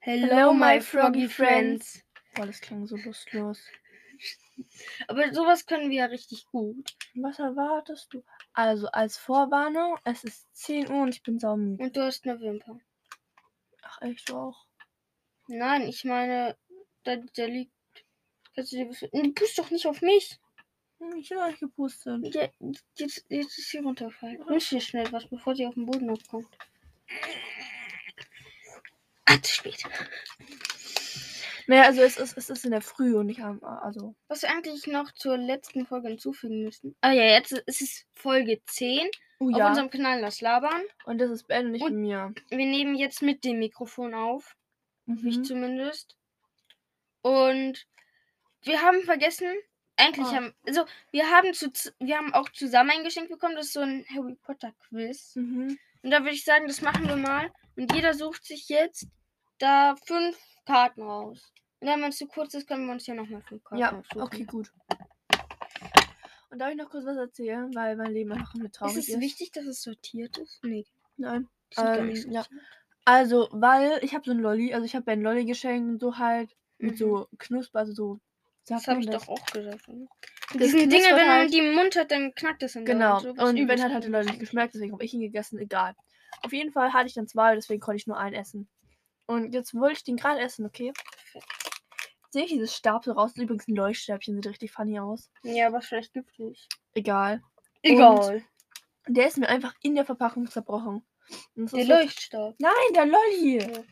Hello, my froggy friends. Boah, das klang so lustlos. Aber sowas können wir ja richtig gut. Was erwartest du? Also, als Vorwarnung, es ist 10 Uhr und ich bin saumüde. Und du hast eine Wimper. Ach, echt, du auch? Nein, ich meine, da, da liegt. Kannst du dir was. Du bist doch nicht auf mich. Hm, Ich habe euch gepustet. Ja, jetzt, jetzt ist sie runtergefallen. Wünsch dir schnell was, bevor sie auf den Boden aufkommt. Ah, zu spät. Naja, also, es ist, es ist in der Früh und ich habe. Also, Was wir eigentlich noch zur letzten Folge hinzufügen müssen. Ah ja, jetzt ist es Folge 10 oh auf ja. unserem Kanal Das Labern. Und das ist Ben und ich Und- bin mir. Wir nehmen jetzt mit dem Mikrofon auf. Ich Mhm. zumindest. Und wir haben vergessen, eigentlich Ah. haben, also wir haben zu, z- wir haben auch zusammen ein Geschenk bekommen, das ist so ein Harry Potter Quiz. Mhm. Und da würde ich sagen, das machen wir mal. Und jeder sucht sich jetzt da fünf Karten raus. Und dann, wenn es zu kurz ist, können wir uns ja nochmal fünf Karten Ja, aussuchen. okay, gut. Und darf ich noch kurz was erzählen? Weil mein Leben einfach komplett traurig Ist ist. es wichtig, dass es sortiert ist? Nee. Nein. die sind gar nicht Ähm, ja. sortiert. Also, weil ich habe so einen Lolli. Also, ich habe Ben Lolli geschenkt und so halt. Mhm. Mit so Knusper, also so. Das habe ich doch auch gesagt. Oder? Das Diesen Dinge, knuspert wenn man halt. die im Mund hat, dann knackt es in der Genau. Hand. Und Sowas Ben übelst hat halt den Lolli nicht Gutes. geschmeckt, deswegen habe ich ihn gegessen, egal. Auf jeden Fall hatte ich dann zwei, deswegen konnte ich nur einen essen. Und jetzt wollte ich den gerade essen, okay? Sehe ich dieses Stab so raus? Das ist übrigens ein Leuchtstäbchen, sieht richtig funny aus. Ja, aber vielleicht giftig. Egal. Egal. Der ist mir einfach in der Verpackung zerbrochen. Und das Der ist so- Leuchtstab. Nein, der Lolli! Ja.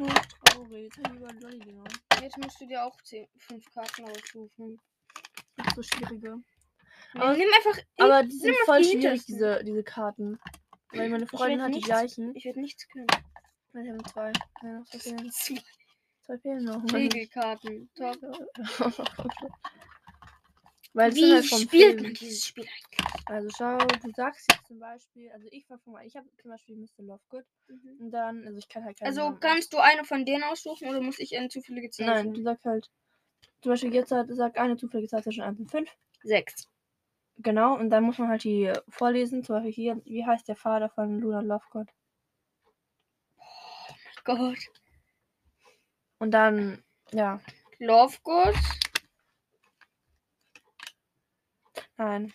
Oh, traurig. Jetzt habe ich über einen Lolli genommen. Jetzt musst du dir auch 10, 5 Karten aussuchen. Das ist so schwierige. Nee, Aber- nimm einfach. Aber die sind mal voll die schwierig, hintersten. diese, diese Karten. Weil meine Freundin weiß hat die nichts. gleichen. ich werde nichts können. Nein, ich habe zwei. Nein, noch zwei fehlen. Zwei Zwei fehlen noch. Mann. Regelkarten. Top. Weil das sind Wie halt vom spielt Film. man dieses Spiel eigentlich? Also schau, du sagst jetzt zum Beispiel, also ich war von, ich habe zum Beispiel Mr. Lovegood und dann, also ich kann halt keinen Mhm. Also Namen kannst du eine von denen aussuchen oder muss ich eine zufällige aus- Zahl Nein, du sagst halt, zum Beispiel jetzt hat, sagt eine zufällige Zahl zwischen 1 und 5. 6. Genau, und dann muss man halt die vorlesen, zum Beispiel hier, wie heißt der Vater von Luna Lovegood? Gott. Und dann, ja, Lovegood? nein.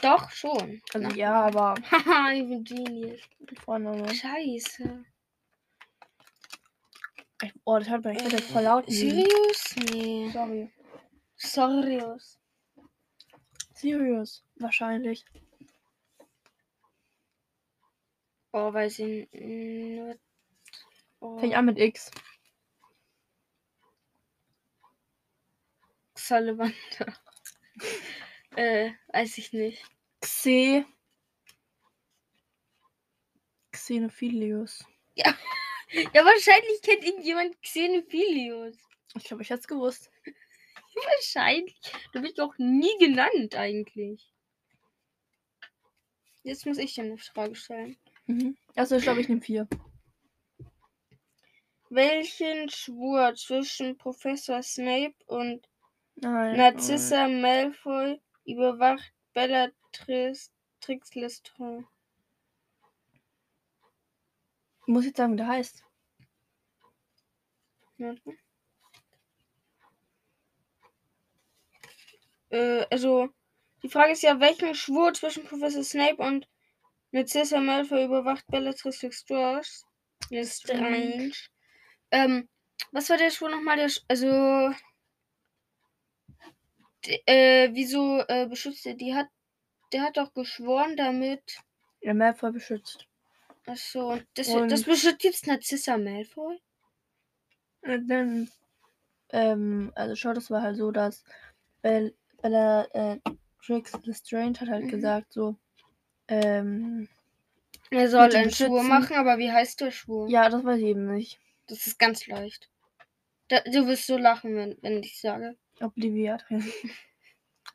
Doch, schon. Also Na. ja, aber Haha, ich bin Genius. Vorname. Scheiße. Ich- Oh, das hört man, ich hört das voll Äh, laut. liegen. Sirius? Nee. Sorry. Sirius. Serious, wahrscheinlich. Oh, weiß ich nicht. Oh. Fängt an mit X. Xalabander. äh, weiß ich nicht. Xe. Xenophilius. Ja, wahrscheinlich kennt irgendjemand Xenophilius. Ich glaube, ich hätte es gewusst. Wahrscheinlich. Du bist doch nie genannt eigentlich. Jetzt muss ich dir eine Frage stellen. Mhm. Also, ich glaube, ich nehme vier. Welchen Schwur zwischen Professor Snape und Nein. Narcissa Malfoy überwacht Bellatrix Trix Lestrange? Ich muss jetzt sagen, wie der heißt. Warte. Äh, also, die Frage ist ja, welchen Schwur zwischen Professor Snape und Narcissa Malfoy überwacht Bellatrix Lestrange? Lestrange. Ähm, was war der Schwur nochmal? Der, Sch- also, d- äh, wieso äh, beschützt er? Die hat, der hat doch geschworen damit. Der Malfoy beschützt. Achso, und das, Und- das beschützt jetzt Narcissa Malfoy? Und dann, ähm, also schau, das war halt so, dass Bell, Bella äh, Trix Lestrange hat halt Mhm. gesagt, so, ähm, Er soll dem einen Schwur Beschützen. machen, aber wie heißt der Schwur? ja, das weiß ich eben nicht. Das ist ganz leicht. Da, du wirst so lachen, wenn, wenn ich sage. Obliviat.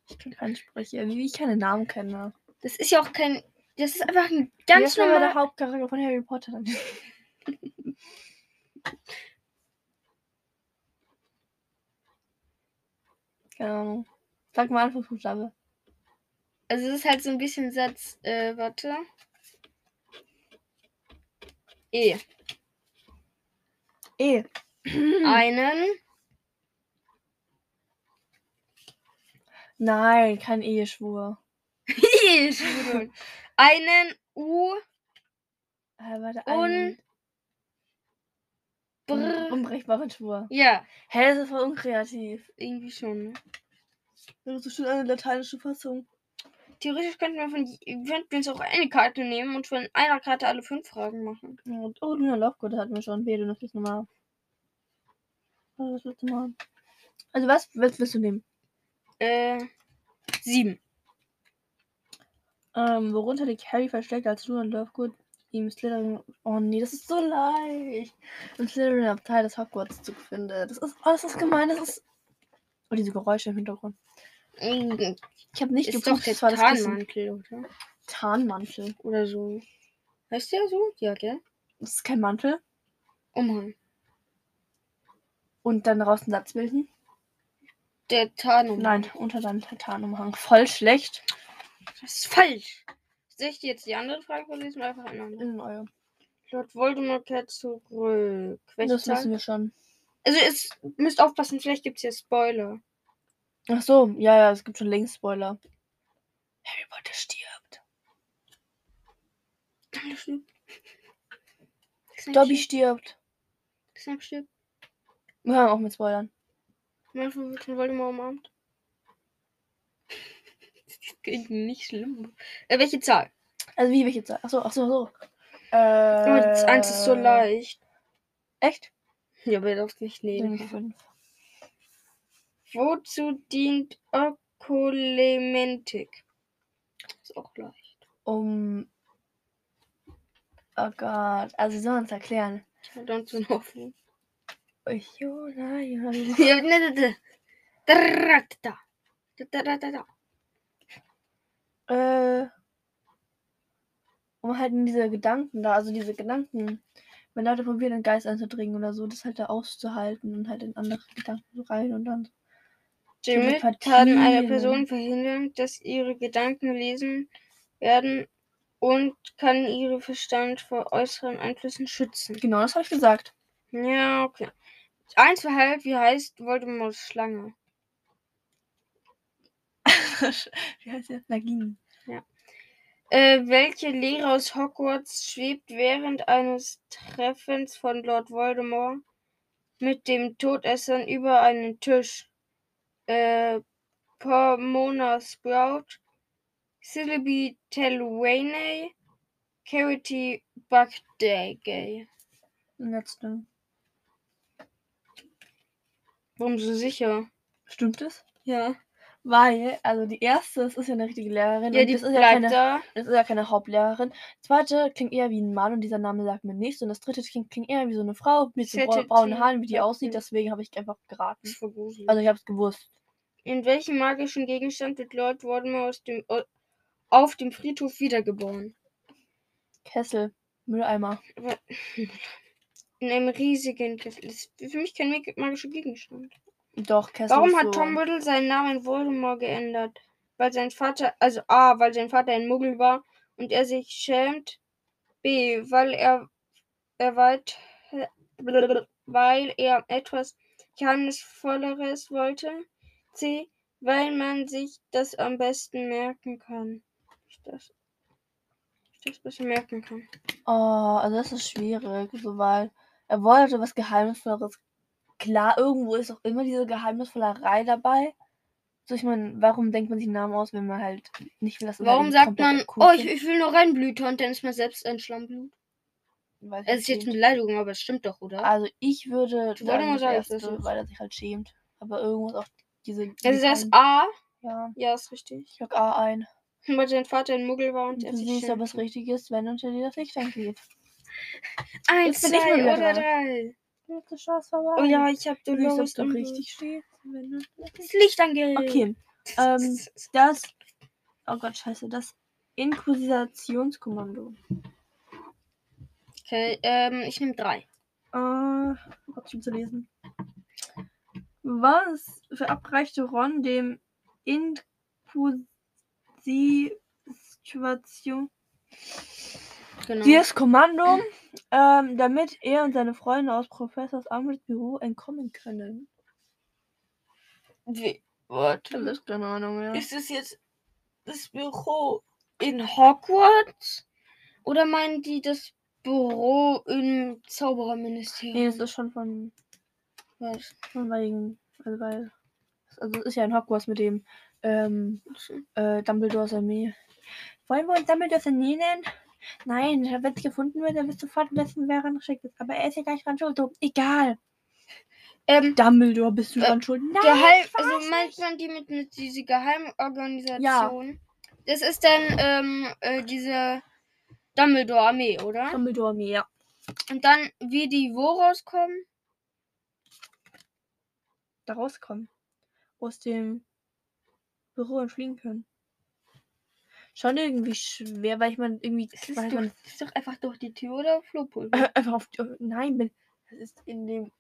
ich kann keine Sprüche, wie ich keine Namen kenne. Das ist ja auch kein. Das ist einfach ein Wie ganz heißt nochmal der normaler. Hauptcharakter von Harry Potter. Dann. keine Ahnung. Sag mal Anfangsbuchstabe. Also, es ist halt so ein bisschen Satz. Äh, warte. E. E. Einen. Nein, kein E Eheschwur. Entschuldigung. einen U. Äh, warte, Un- ein un Brr. unbrechbaren Schwur. Ja, Hä, das ist voll unkreativ. irgendwie schon. Ne? Das ist bestimmt eine lateinische Fassung. Theoretisch könnten wir von je- könnten wir uns auch eine Karte nehmen und von einer Karte alle fünf Fragen machen. Und, oh, Luna Lovegood hatten wir schon. Wähle noch das nochmal. Also das letzte Mal. Also was, was willst du nehmen? Äh, sieben. Ähm, worunter liegt Harry versteckt, als Luna Lovegood ihm Slytherin... Oh nee, das ist so leicht. Im Slytherin-Abteil des Hogwarts zu findet. Das ist... Oh, das ist gemein, das ist... Oh, diese Geräusche im Hintergrund. Ist Ich habe nicht doch geprüft, der das war das Kissen. Tarnmantel, oder? Tarnmantel. Oder so. Heißt der Oh so? Ja, gell? Das ist kein Mantel. Umhang. Und dann daraus einen Satz bilden. Der Tarnumhang. Nein, unter deinem Tarnumhang. Voll schlecht. Das ist falsch. Soll ich dir jetzt die andere Frage vorlesen oder einfach eine andere? In euer. Lord Voldemort kehrt zurück. Welches Das wissen Tag? wir schon. Also, es müsst aufpassen, vielleicht gibt es hier Spoiler. Ach so, ja, ja, es gibt schon längst Spoiler. Harry Potter stirbt. Snape Dobby stirbt. stirbt. Snape stirbt. Wir hören auch mit Spoilern. Malfoy wird von Voldemort umarmt. Das ist irgendwie nicht schlimm. Äh, welche Zahl? Also wie welche Zahl? Ach so, ach so, ach so. Oh, Äh, das eins ist so leicht. Echt? Ja, aber ihr darfst nicht Dann nehmen. fünf. Wozu dient Okolementik? Ist auch leicht. Um. Oh Gott. Also, sie sollen uns erklären. Ich hab dann so einen Haufen. Ui, Jona, Jona. Ja, ne, da, da. Da, da, da, da, da. Äh, um halt in diese Gedanken da, also diese Gedanken, wenn Leute probieren, in den Geist einzudringen oder so, das halt da auszuhalten und halt in andere Gedanken rein und dann. Damit Telepathie, kann eine ne? Person verhindern, dass ihre Gedanken gelesen werden und kann ihren Verstand vor äußeren Einflüssen schützen. Genau, das habe ich gesagt. Ja, okay. Eins verhält, wie heißt Voldemorts Schlange? Wie heißt der? Nagini. Äh, welche Lehre aus Hogwarts schwebt während eines Treffens von Lord Voldemort mit dem Todessern über einen Tisch? Äh, Pomona Sprout, Syllabi Telwane, Carity Buckdagay. Letzte. Warum so sicher? Stimmt das? Ja. Weil, also die erste, das ist ja eine richtige Lehrerin. Ja, und die das ist bleibt ja keine, da. Das ist ja keine Hauptlehrerin. Zweite klingt eher wie ein Mann und dieser Name sagt mir nichts. Und das dritte klingt, klingt eher wie so eine Frau mit so brau Zette braunen T. Haaren, wie die aussieht. Okay. Deswegen habe ich einfach geraten. Das war gruselig. Also ich habe es gewusst. In welchem magischen Gegenstand wird Lord Voldemort aus dem, au- auf dem Friedhof wiedergeboren? Kessel, Mülleimer. In einem riesigen Kessel. Das ist für mich kein mag- magischer Gegenstand. Doch, Kessel. Warum ist hat so. Tom Riddle seinen Namen in Voldemort geändert? Weil sein Vater, also A, weil sein Vater ein Muggel war und er sich schämt. B, weil er, er weit, weil er etwas Geheimnisvolleres wollte. C, weil man sich das am besten merken kann. Ich das, ich das besser merken kann. Oh, also das ist schwierig, so weil er wollte was Geheimnisvolleres. Klar, irgendwo ist auch immer diese Geheimnisvollerei dabei. So, ich meine, warum denkt man sich einen Namen aus, wenn man halt nicht will, dass unser Warum Leben sagt komplett man, akut oh, ich, ist? ich will nur Reinblüte und dann ist man selbst ein Schlammblut? Weiß Das ich ist jetzt nicht. eine Beleidigung, aber es stimmt Ah, doch, oder? Also ich würde Ich wollte sagen, nur das sagen, das erste, ist- weil er sich halt schämt. Aber irgendwo ist auch diese. Also das Geheim- A. Ja, Ja, ist richtig. ich lock A ein. Weil sein Vater ein Muggel war und Und er du sich siehst, ob schämt. es richtig ist, wenn unter dir das Licht angeht. Eins, Jetzt bin ich zwei mal wieder oder dran. drei. Letzte Chance vorbei. Oh ja, ich hab du den siehst, ob lowest du und richtig stehst. Wenn du das Licht angeregt. Okay, ähm, das. Oh Gott, scheiße, das Inquisitionskommando. Okay, ähm, ich nehme drei. Äh, oh Gott, schon zu lesen. Was verabreichte Ron dem Inquisition. Genau. Dieses Kommando Ähm, damit er und seine Freunde aus Professors Amrits Büro entkommen können. Wie, warte. ist keine Ahnung, ja. Ist es jetzt das Büro in Hogwarts? Oder meinen die das Büro im Nee, Zaubererministerium? das ist schon von, Was? von wegen. Also, weil. Also, es ist ja ein Hogwarts mit dem ähm, Ach äh, Dumbledores Armee. Wollen wir uns Dumbledores Armee nennen? Nein, wenn es gefunden wird, dann wirst du sofort wissen, wer ran geschickt ist. Aber er ist ja gleich dran schuld. drum. Egal. Ähm, Dumbledore, bist du Äh, dran schuld? Nein, Geheim, ich war's also meint nicht. man die mit, mit diese Geheimorganisation? Das ist dann ähm, äh, diese Dumbledore-Armee, oder? Dumbledore Armee, ja. Und dann, wie die wo rauskommen? da rauskommen. Aus dem Büro und fliegen können. Schon irgendwie schwer, weil ich meine, irgendwie. Ist es weil durch, man- ist doch einfach durch die Tür oder Flohpulver? äh, einfach auf die, oh, Nein, bin, das ist in dem.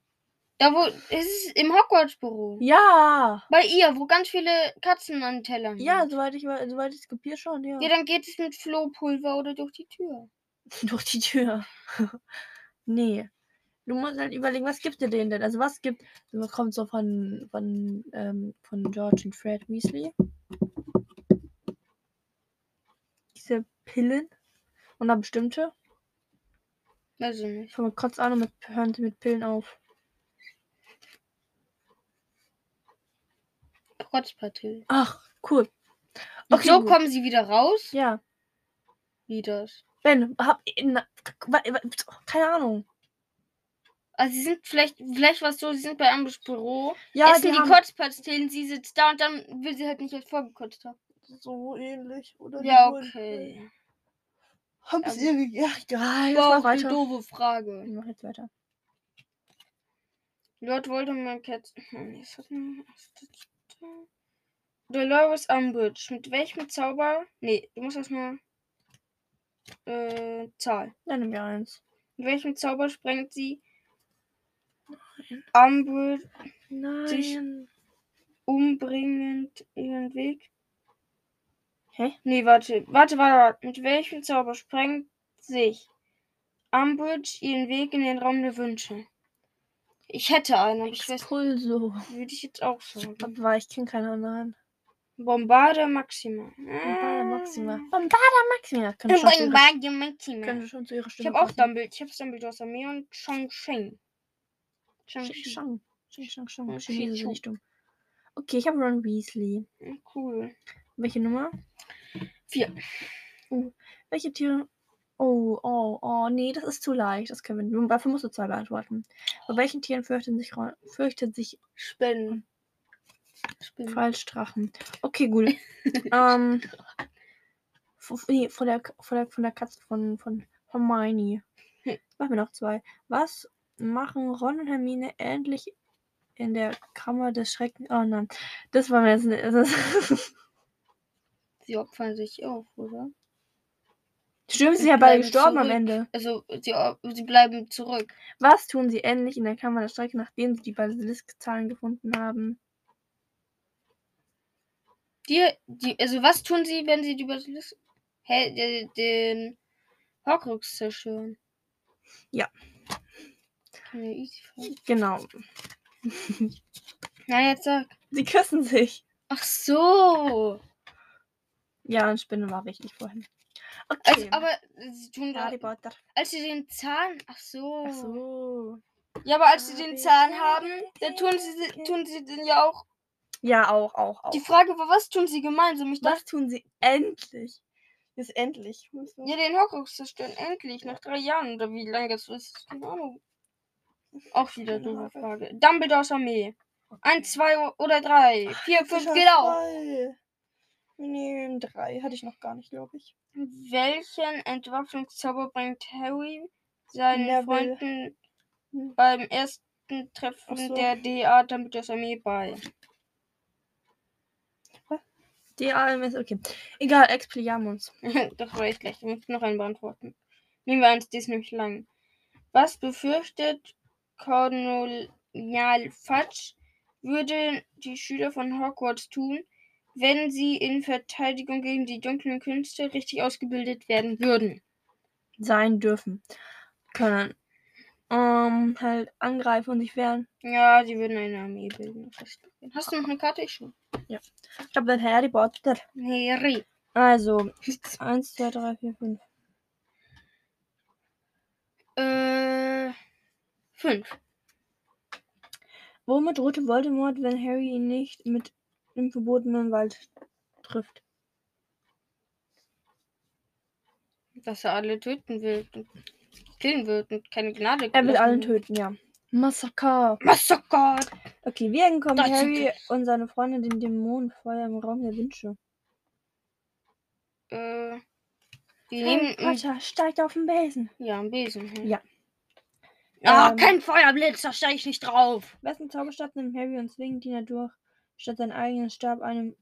Da wo, ist es ist im Hogwarts-Büro. Ja! Bei ihr, wo ganz viele Katzen an den Tellern Ja, sind. soweit ich mal- soweit ich es kapiere schon, ja. Ja, dann geht es mit Flohpulver oder durch die Tür. Durch die Tür. nee. Du musst halt überlegen, was gibt dir denen denn? Also was gibt. Man kommt so von von, ähm, von George und Fred Weasley. Diese Pillen. Und da bestimmte. Weiß ich Also nicht. Ich habe kurz an und mit, hören sie mit Pillen auf. Protzpartie. Ach, cool. Und Okay, so gut. kommen sie wieder raus. Ja. Wie das? Ben, hab. Na, wa- wa- keine Ahnung. Also sie sind vielleicht, vielleicht war es so, sie sind bei Ambus Büro. Ja, essen die, haben Kotzpastillen, sie sitzt da und dann will sie halt nicht, als vorgekotzt haben. so ähnlich. Oder Ja, die wurden- okay. Haben sie Ähm, irgendwie. Ja, egal. Jetzt War mach auch eine weiter. doofe Frage. Ich mach jetzt weiter. Lord Voldemort Katz. Hm, jetzt hat man- was ist das da? Dolores Umbridge. Mit welchem Zauber? Nee, du musst erstmal. Äh, Zahl. Dann nimm mir eins. Mit welchem Zauber sprengt sie? Umbridge Nein. umbringend ihren Weg. Hä? Nee, warte, warte, warte, warte. Mit welchem Zauber sprengt sich Umbridge ihren Weg in den Raum der Wünsche? Ich hätte einen, aber ich weiß, Expulso. würde ich jetzt auch sagen. Aber ich kenne keinen anderen. Bombarde Maxima. Bombarda Ah. Maxima. Bombarda Maxima. Könnte schon, zu ihrer- Bombarde Maxima. könnte schon zu ihrer Ich Stimme. habe auch passen. Dumbledore, ich habe Dumbledore aus Armee und Chang Sheng. Chang Shang, Sheng. Shang. Shang, Shang, Shang. Shang, Chinesen sind Shang. nicht dumm. Okay, ich habe Ron Weasley. Cool. Welche Nummer? Vier. Oh, welche Tiere? Oh, oh, oh, nee, das ist zu leicht. Das können wir. Dafür musst du zwei beantworten. Bei welchen Tieren fürchten sich, Ron- fürchtet sich Spinnen. Spinnen. Fallstrachen? Okay, gut. ähm, von, nee, von, der, von, der, von der Katze von, von Hermione. Hm. Machen wir noch zwei. Was machen Ron und Hermine endlich in der Kammer des Schreckens? Oh nein, das war mir jetzt nicht. Das ist Sie opfern sich auf, oder? Stimmt, sie sind ja beide Bleiben gestorben am zurück. Ende. Also, sie, au- sie bleiben zurück. Was tun sie endlich in der Kammer der Strecke, nachdem sie die Basilisk-Zahlen gefunden haben? Die, die, also was tun sie, wenn sie die Basilisk hä, de- den Horcrux zerstören? Ja. Kann ja easy fragen. Genau. Na, jetzt sag. Sie küssen sich. Ach so. Ja, und Spinne war richtig vorhin. Also, Okay. aber sie tun da, Harry Potter. als sie den Zahn, ach so. Ach so. Ja, aber als sie den Harry Zahn haben, Potter. dann tun sie, tun sie den ja auch. Ja, auch, auch, auch. Die Frage war, was tun sie gemeinsam? Ich dachte, Was tun sie endlich? Ist endlich. ja, den Horcrux zerstören, endlich, nach drei Jahren oder wie lange das ist, keine Ahnung. Auch wieder doofe Frage. Dumbledores Armee. Eins, zwei o- oder drei. Vier, fünf, genau. Wir nehmen drei. Hatte ich noch gar nicht, glaube ich. Welchen Entwaffnungszauber bringt Harry seinen Neville. Freunden Hm. beim ersten Treffen Ach so. der DA Dumbledores Armee bei? Die AMS, okay. Egal, Expelliarmus. das war ich gleich. Ich muss noch einen beantworten. Nehmen wir eins, die ist nämlich lang. Was befürchtet Cornelial Fudge würden die Schüler von Hogwarts tun, wenn sie in Verteidigung gegen die dunklen Künste richtig ausgebildet werden würden? Sein dürfen. können ähm, halt angreifen und sich wehren. Ja, die würden eine Armee bilden. Hast du noch eine Karte? Ich schon. Ich habe dann Harry Potter. Harry. Also, 1, 2, 3, 4, 5. Äh, fünf. Womit drohte Voldemort, wenn Harry ihn nicht mit dem verbotenen Wald trifft? Dass er alle töten wird und killen wird und keine Gnade Er will lassen allen töten, ja. Massaker. Massaker! Okay, wie entkommen Das- Harry und seine Freunde dem Dämonenfeuer im Raum der Wünsche? Äh, die Harry nehmen. ein- Potter steigt auf den Besen. Ja, einen Besen. hm. Ja. Ah, Ähm. kein Feuerblitz, da steige ich nicht drauf. Wessen Zauberstab nimmt Harry und zwingt Diener durch, statt seinen eigenen Stab einem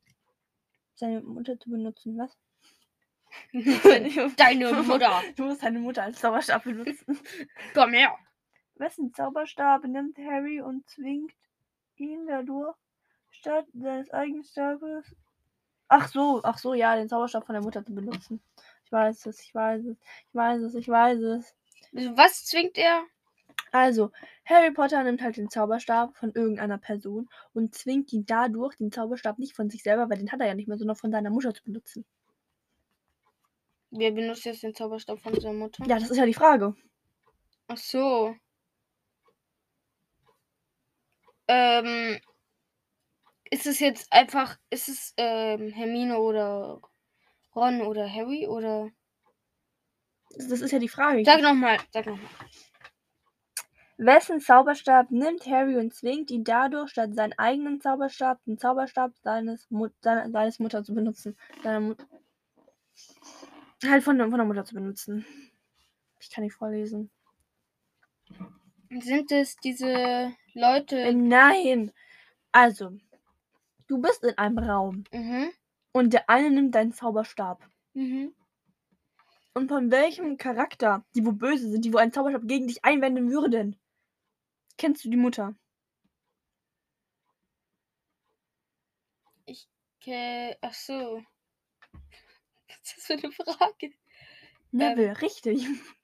seine Mutter zu benutzen? Was? Deine Mutter. Du musst deine Mutter als Zauberstab benutzen. Komm her. Wessen Zauberstab nimmt Harry und zwingt ihn dadurch, statt seines eigenen Stabes. Ach so, ach so, ja, den Zauberstab von der Mutter zu benutzen. Ich weiß es, ich weiß es, ich weiß es, ich weiß es. Was zwingt er? Also, Harry Potter nimmt halt den Zauberstab von irgendeiner Person und zwingt ihn dadurch, den Zauberstab nicht von sich selber, weil den hat er ja nicht mehr, sondern von seiner Mutter zu benutzen. Wer benutzt jetzt den Zauberstab von seiner Mutter? Ja, das ist ja die Frage. Ach so. Ähm, ist es jetzt einfach, ist es ähm, Hermine oder Ron oder Harry oder? Das das ist ja die Frage. Sag nochmal, sag nochmal. Wessen Zauberstab nimmt Harry und zwingt ihn dadurch, statt seinen eigenen Zauberstab, den Zauberstab seines, Mut seiner, seines Mutter zu benutzen? Seiner Mut halt von, der- von der Mutter zu benutzen. Ich kann nicht vorlesen. Sind es diese Leute? Äh, Nein! Also, du bist in einem Raum Mhm. und der eine nimmt deinen Zauberstab. Mhm. Und von welchem Charakter, die wo böse sind, die wo einen Zauberstab gegen dich einwenden würden? Kennst du die Mutter? Okay. Ach so. Was ist das für eine Frage? Ähm. Neville, richtig.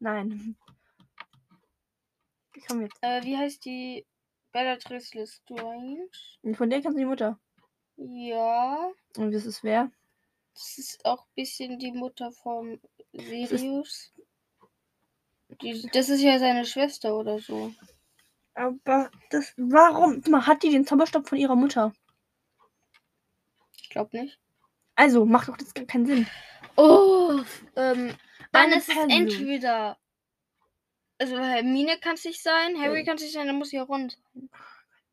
Nein. Ich komm jetzt. Äh, wie heißt die? Bellatrix Lestrange? Und Von der kennst du die Mutter. Ja. Und das ist wer? Das ist auch ein bisschen die Mutter vom Sirius. Die, das ist ja seine Schwester oder so. Aber das. Warum? Guck mal, hat die den Zauberstab von ihrer Mutter? Ich glaube nicht. Also, macht doch das gar keinen Sinn. Oh, ähm, dann Eine ist es Person. entweder. Also Hermine kann es nicht sein, Harry kann es nicht sein, dann muss ja Ron sein.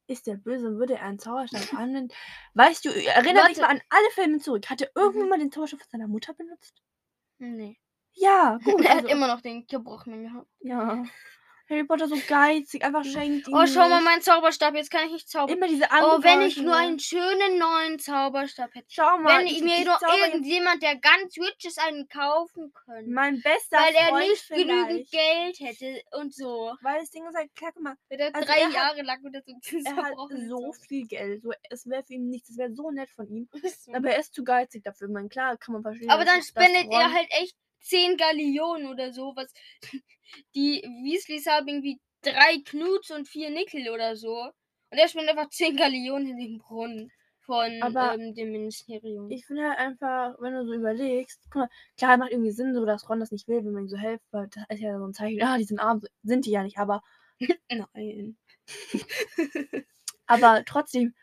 Ist der böse, würde er einen Zauberstab anwenden? Weißt du, erinnere dich Warte. mal an alle Filme zurück. Hat er irgendwann Mhm. mal den Zauberstab von seiner Mutter benutzt? Nee. Ja, gut. er hat also- immer noch den gebrochenen gehabt. Ja. Harry Potter so geizig, einfach schenkt ihm. Oh, schau mal nichts. meinen Zauberstab, jetzt kann ich nicht zaubern. Immer diese Oh, wenn ich Angeberten, nur ne? einen schönen neuen Zauberstab hätte. Schau mal. wenn ich, mir doch zauber jetzt- irgendjemand, der ganz rich ist, einen kaufen könnte. Mein bester weil er Freund nicht genügend vielleicht. Geld hätte und so. Weil das Ding ist halt, klar, guck mal, Wird er Also drei er hat- Jahre lang unter so einem er hat zerbrochenen so Zauber- viel Geld. So, es wäre für ihn nichts, es wäre so nett von ihm. So. Aber er ist zu geizig dafür. Ich meine, klar, kann man verstehen. Aber dass- dann dass spendet Ron- er halt echt 10 Gallionen oder so, was die Weasleys haben irgendwie drei Knuts und vier Nickel oder so. Und er spendet einfach 10 Gallionen in den Brunnen von Aber ähm, dem Ministerium. Ich finde halt einfach, wenn du so überlegst, guck mal, klar, macht irgendwie Sinn, so dass Ron das nicht will, wenn man ihm so hilft, weil das ist ja so ein Zeichen, ah, die sind arm, so sind die ja nicht, aber, Nein. aber trotzdem,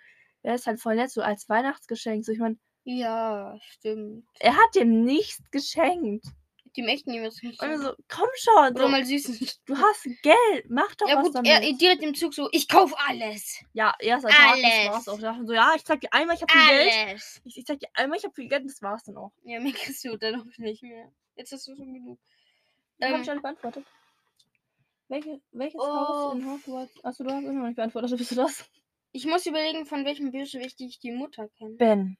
wäre es halt voll nett, so als Weihnachtsgeschenk. So, ich meine, Ja, stimmt. er hat dem nichts geschenkt. Dem echten ihm was nicht. Und er so. so, komm schon, Oder Also, so, mal süßen. du hast Geld, mach doch Ja was gut, damit. er direkt im Zug so, ich kauf alles. ja, erst als Tag, das Alles. war's auch. Da dachte ich so, ja, ich zeig dir einmal, ich hab viel Geld. Alles. Ich, ich zeig dir einmal, ich hab viel Geld, das war's dann auch. Ja, mir kriegst du dann auch nicht mehr. Jetzt hast du schon genug. Ähm, hab Ähm, ich alle beantwortet. Welche, welches Oh. Haus in Hogwarts? Achso, du hast immer noch nicht beantwortet, bist du das? ich muss überlegen, von welchem Bösewicht ich die Mutter kenne. Ben.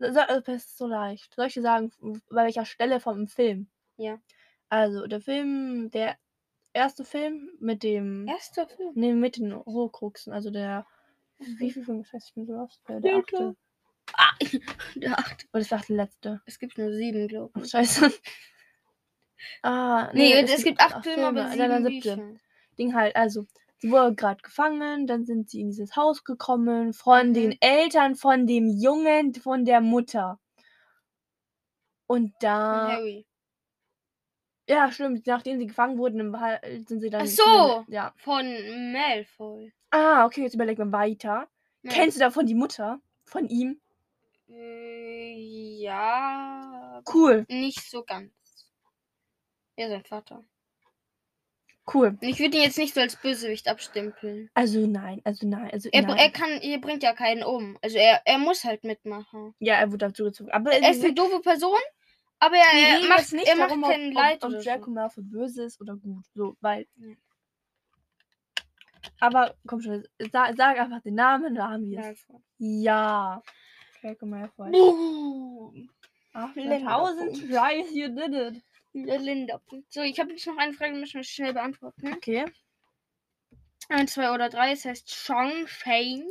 So, so- äh, das ist so leicht. Soll ich dir sagen, w- bei welcher Stelle vom Film? Ja. Also, der Film, der erste Film mit dem. Erster Film. Nee, mit den Horcruxen. Also der. Wie viel Film ist das? Ich bin so lost. Der, der Ja, achte. klar. Oder Ah, der achte. das achte letzte. Es gibt nur sieben, glaube Oh, scheiße. Ah, Nee, es, gibt acht Filme, aber Filme. also sieben Dann der siebte. Bücher. Ding halt, also, sie wurde gerade gefangen, dann sind sie in dieses Haus gekommen, von Mhm. den Eltern, von dem Jungen, von der Mutter. Und Von da. Harry. Ja, stimmt, nachdem sie gefangen wurden, im Wal- sind sie dann. Ach zu so. den- Ja. Von Malfoy. Ah, okay, jetzt überlegen wir weiter. Ja. Kennst du davon die Mutter? Von ihm? Äh, Ja. Cool, Nicht so ganz. Ja, sein Vater. cool. Und Ich würde ihn jetzt nicht so als Bösewicht abstempeln. Also nein, also nein, also Er, nein. er kann, er bringt ja keinen um. Also er, er muss halt mitmachen. ja, er wurde dazu gezogen. Aber Er ist eine doofe Person, aber er, Also Wir er reden Äh, macht, jetzt nicht er macht darum, ob- keinen Leid. ob, oder ob Draco so. Malfoy böse ist oder gut. So, weil. Ja. Aber komm schon, sag, sag einfach den Namen, da haben wir es. Malfoy. Ja. Draco Malfoy. Boom. Ach, Letter thousand Punkt. tries you did it. Linda. So, ich habe jetzt noch eine Frage, die müssen wir schnell beantworten. Okay. Ein, zwei oder drei, es heißt Shang Shang.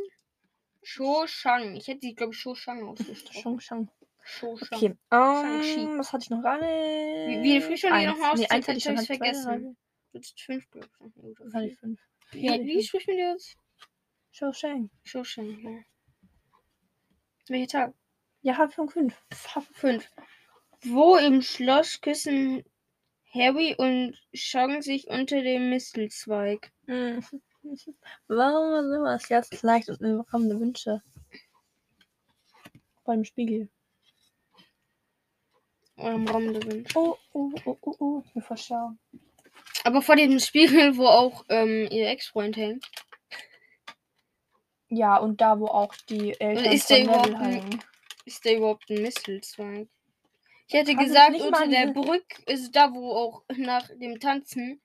Cho Shang. Ich hätte sie, glaube ich, Cho Shang ausgesprochen. Shang Shang. Cho Shang. Okay. Shang-Chi. Ähm, was hatte ich noch alle? Wie, wie viele Fische haben die noch Nee, ausgezählt? Äh, eins hatte Jetzt ich schon. hab ich's hatte ich zwei, drei. vergessen. Du hast fünf, glaube ich. oder Was hatte vier. ich fünf? Wie, hatte ich wie spricht man die jetzt? Shang Shang. Cho Shang, ja. Welcher Tag? Ja, hab schon fünf. Hab- Fünf. Wo im Schloss küssen Harry und Shang sich unter dem Mistelzweig? Hm. Mhm. Warum sind wir das jetzt leicht und überkommene Wünsche? Beim Spiegel. Oder im Raum der Wünsche? Oh, oh, oh, oh, oh. Ich will verschauen. Aber vor dem Spiegel, wo auch ähm, ihr Ex-Freund hängt. Ja, und da, wo auch die Eltern ist von der überhaupt Neville ein- hängen. Ist der überhaupt ein Mistelzweig? Ich hätte Hast du gesagt, nicht mal unter an der diese- Brücke ist da, wo auch nach dem Tanzen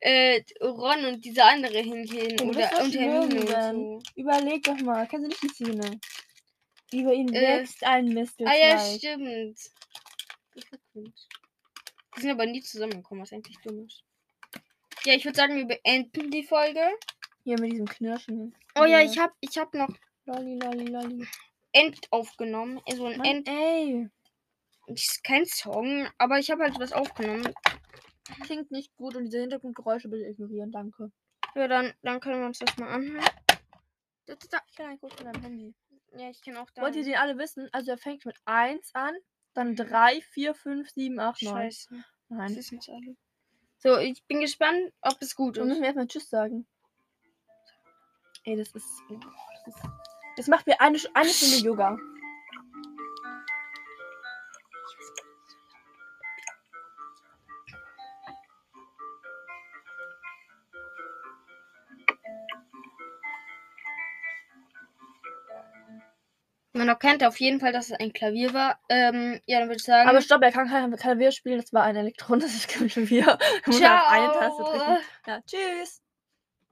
äh, Ron und diese andere hingehen. Du bist Oder doch und Hermine Schwimmerin. und so. Überleg doch mal, kennst du nicht die Szene? Über ihn Äh, wächst ein Mistel. Ah ja, stimmt. Die sind aber nie zusammengekommen, was eigentlich dumm ist. Ja, ich würde sagen, wir beenden die Folge. Hier mit diesem Knirschen. Oh ja, ich habe ich hab noch Lolli, lolli, lolli. End aufgenommen. So ein Mann, End. ey, Ist kein Song, aber ich habe halt was aufgenommen. klingt nicht gut und diese Hintergrundgeräusche bitte ignorieren, danke. Ja, dann, dann können wir uns das mal anhören. Da, da, Ich kann eigentlich gut von deinem Handy. da. Ja, ich kann auch da. Wollt ihr den alle wissen? Also er fängt mit 1 an, dann 3, 4, 5, 7, 8, 9. Scheiße. Das Nein. ist nicht alle. So, ich bin gespannt, ob es gut Dann müssen ist. wir erstmal Tschüss sagen. Ey, das ist. Oh, das ist. Jetzt macht mir eine, eine Stunde Yoga. Man erkennt auf jeden Fall, dass es ein Klavier war. Ähm, ja, dann würde ich sagen. Aber stopp, er kann kein Klavier spielen, das war ein elektronisches Klavier. Er muss auf eine Taste drücken. Ja, tschüss.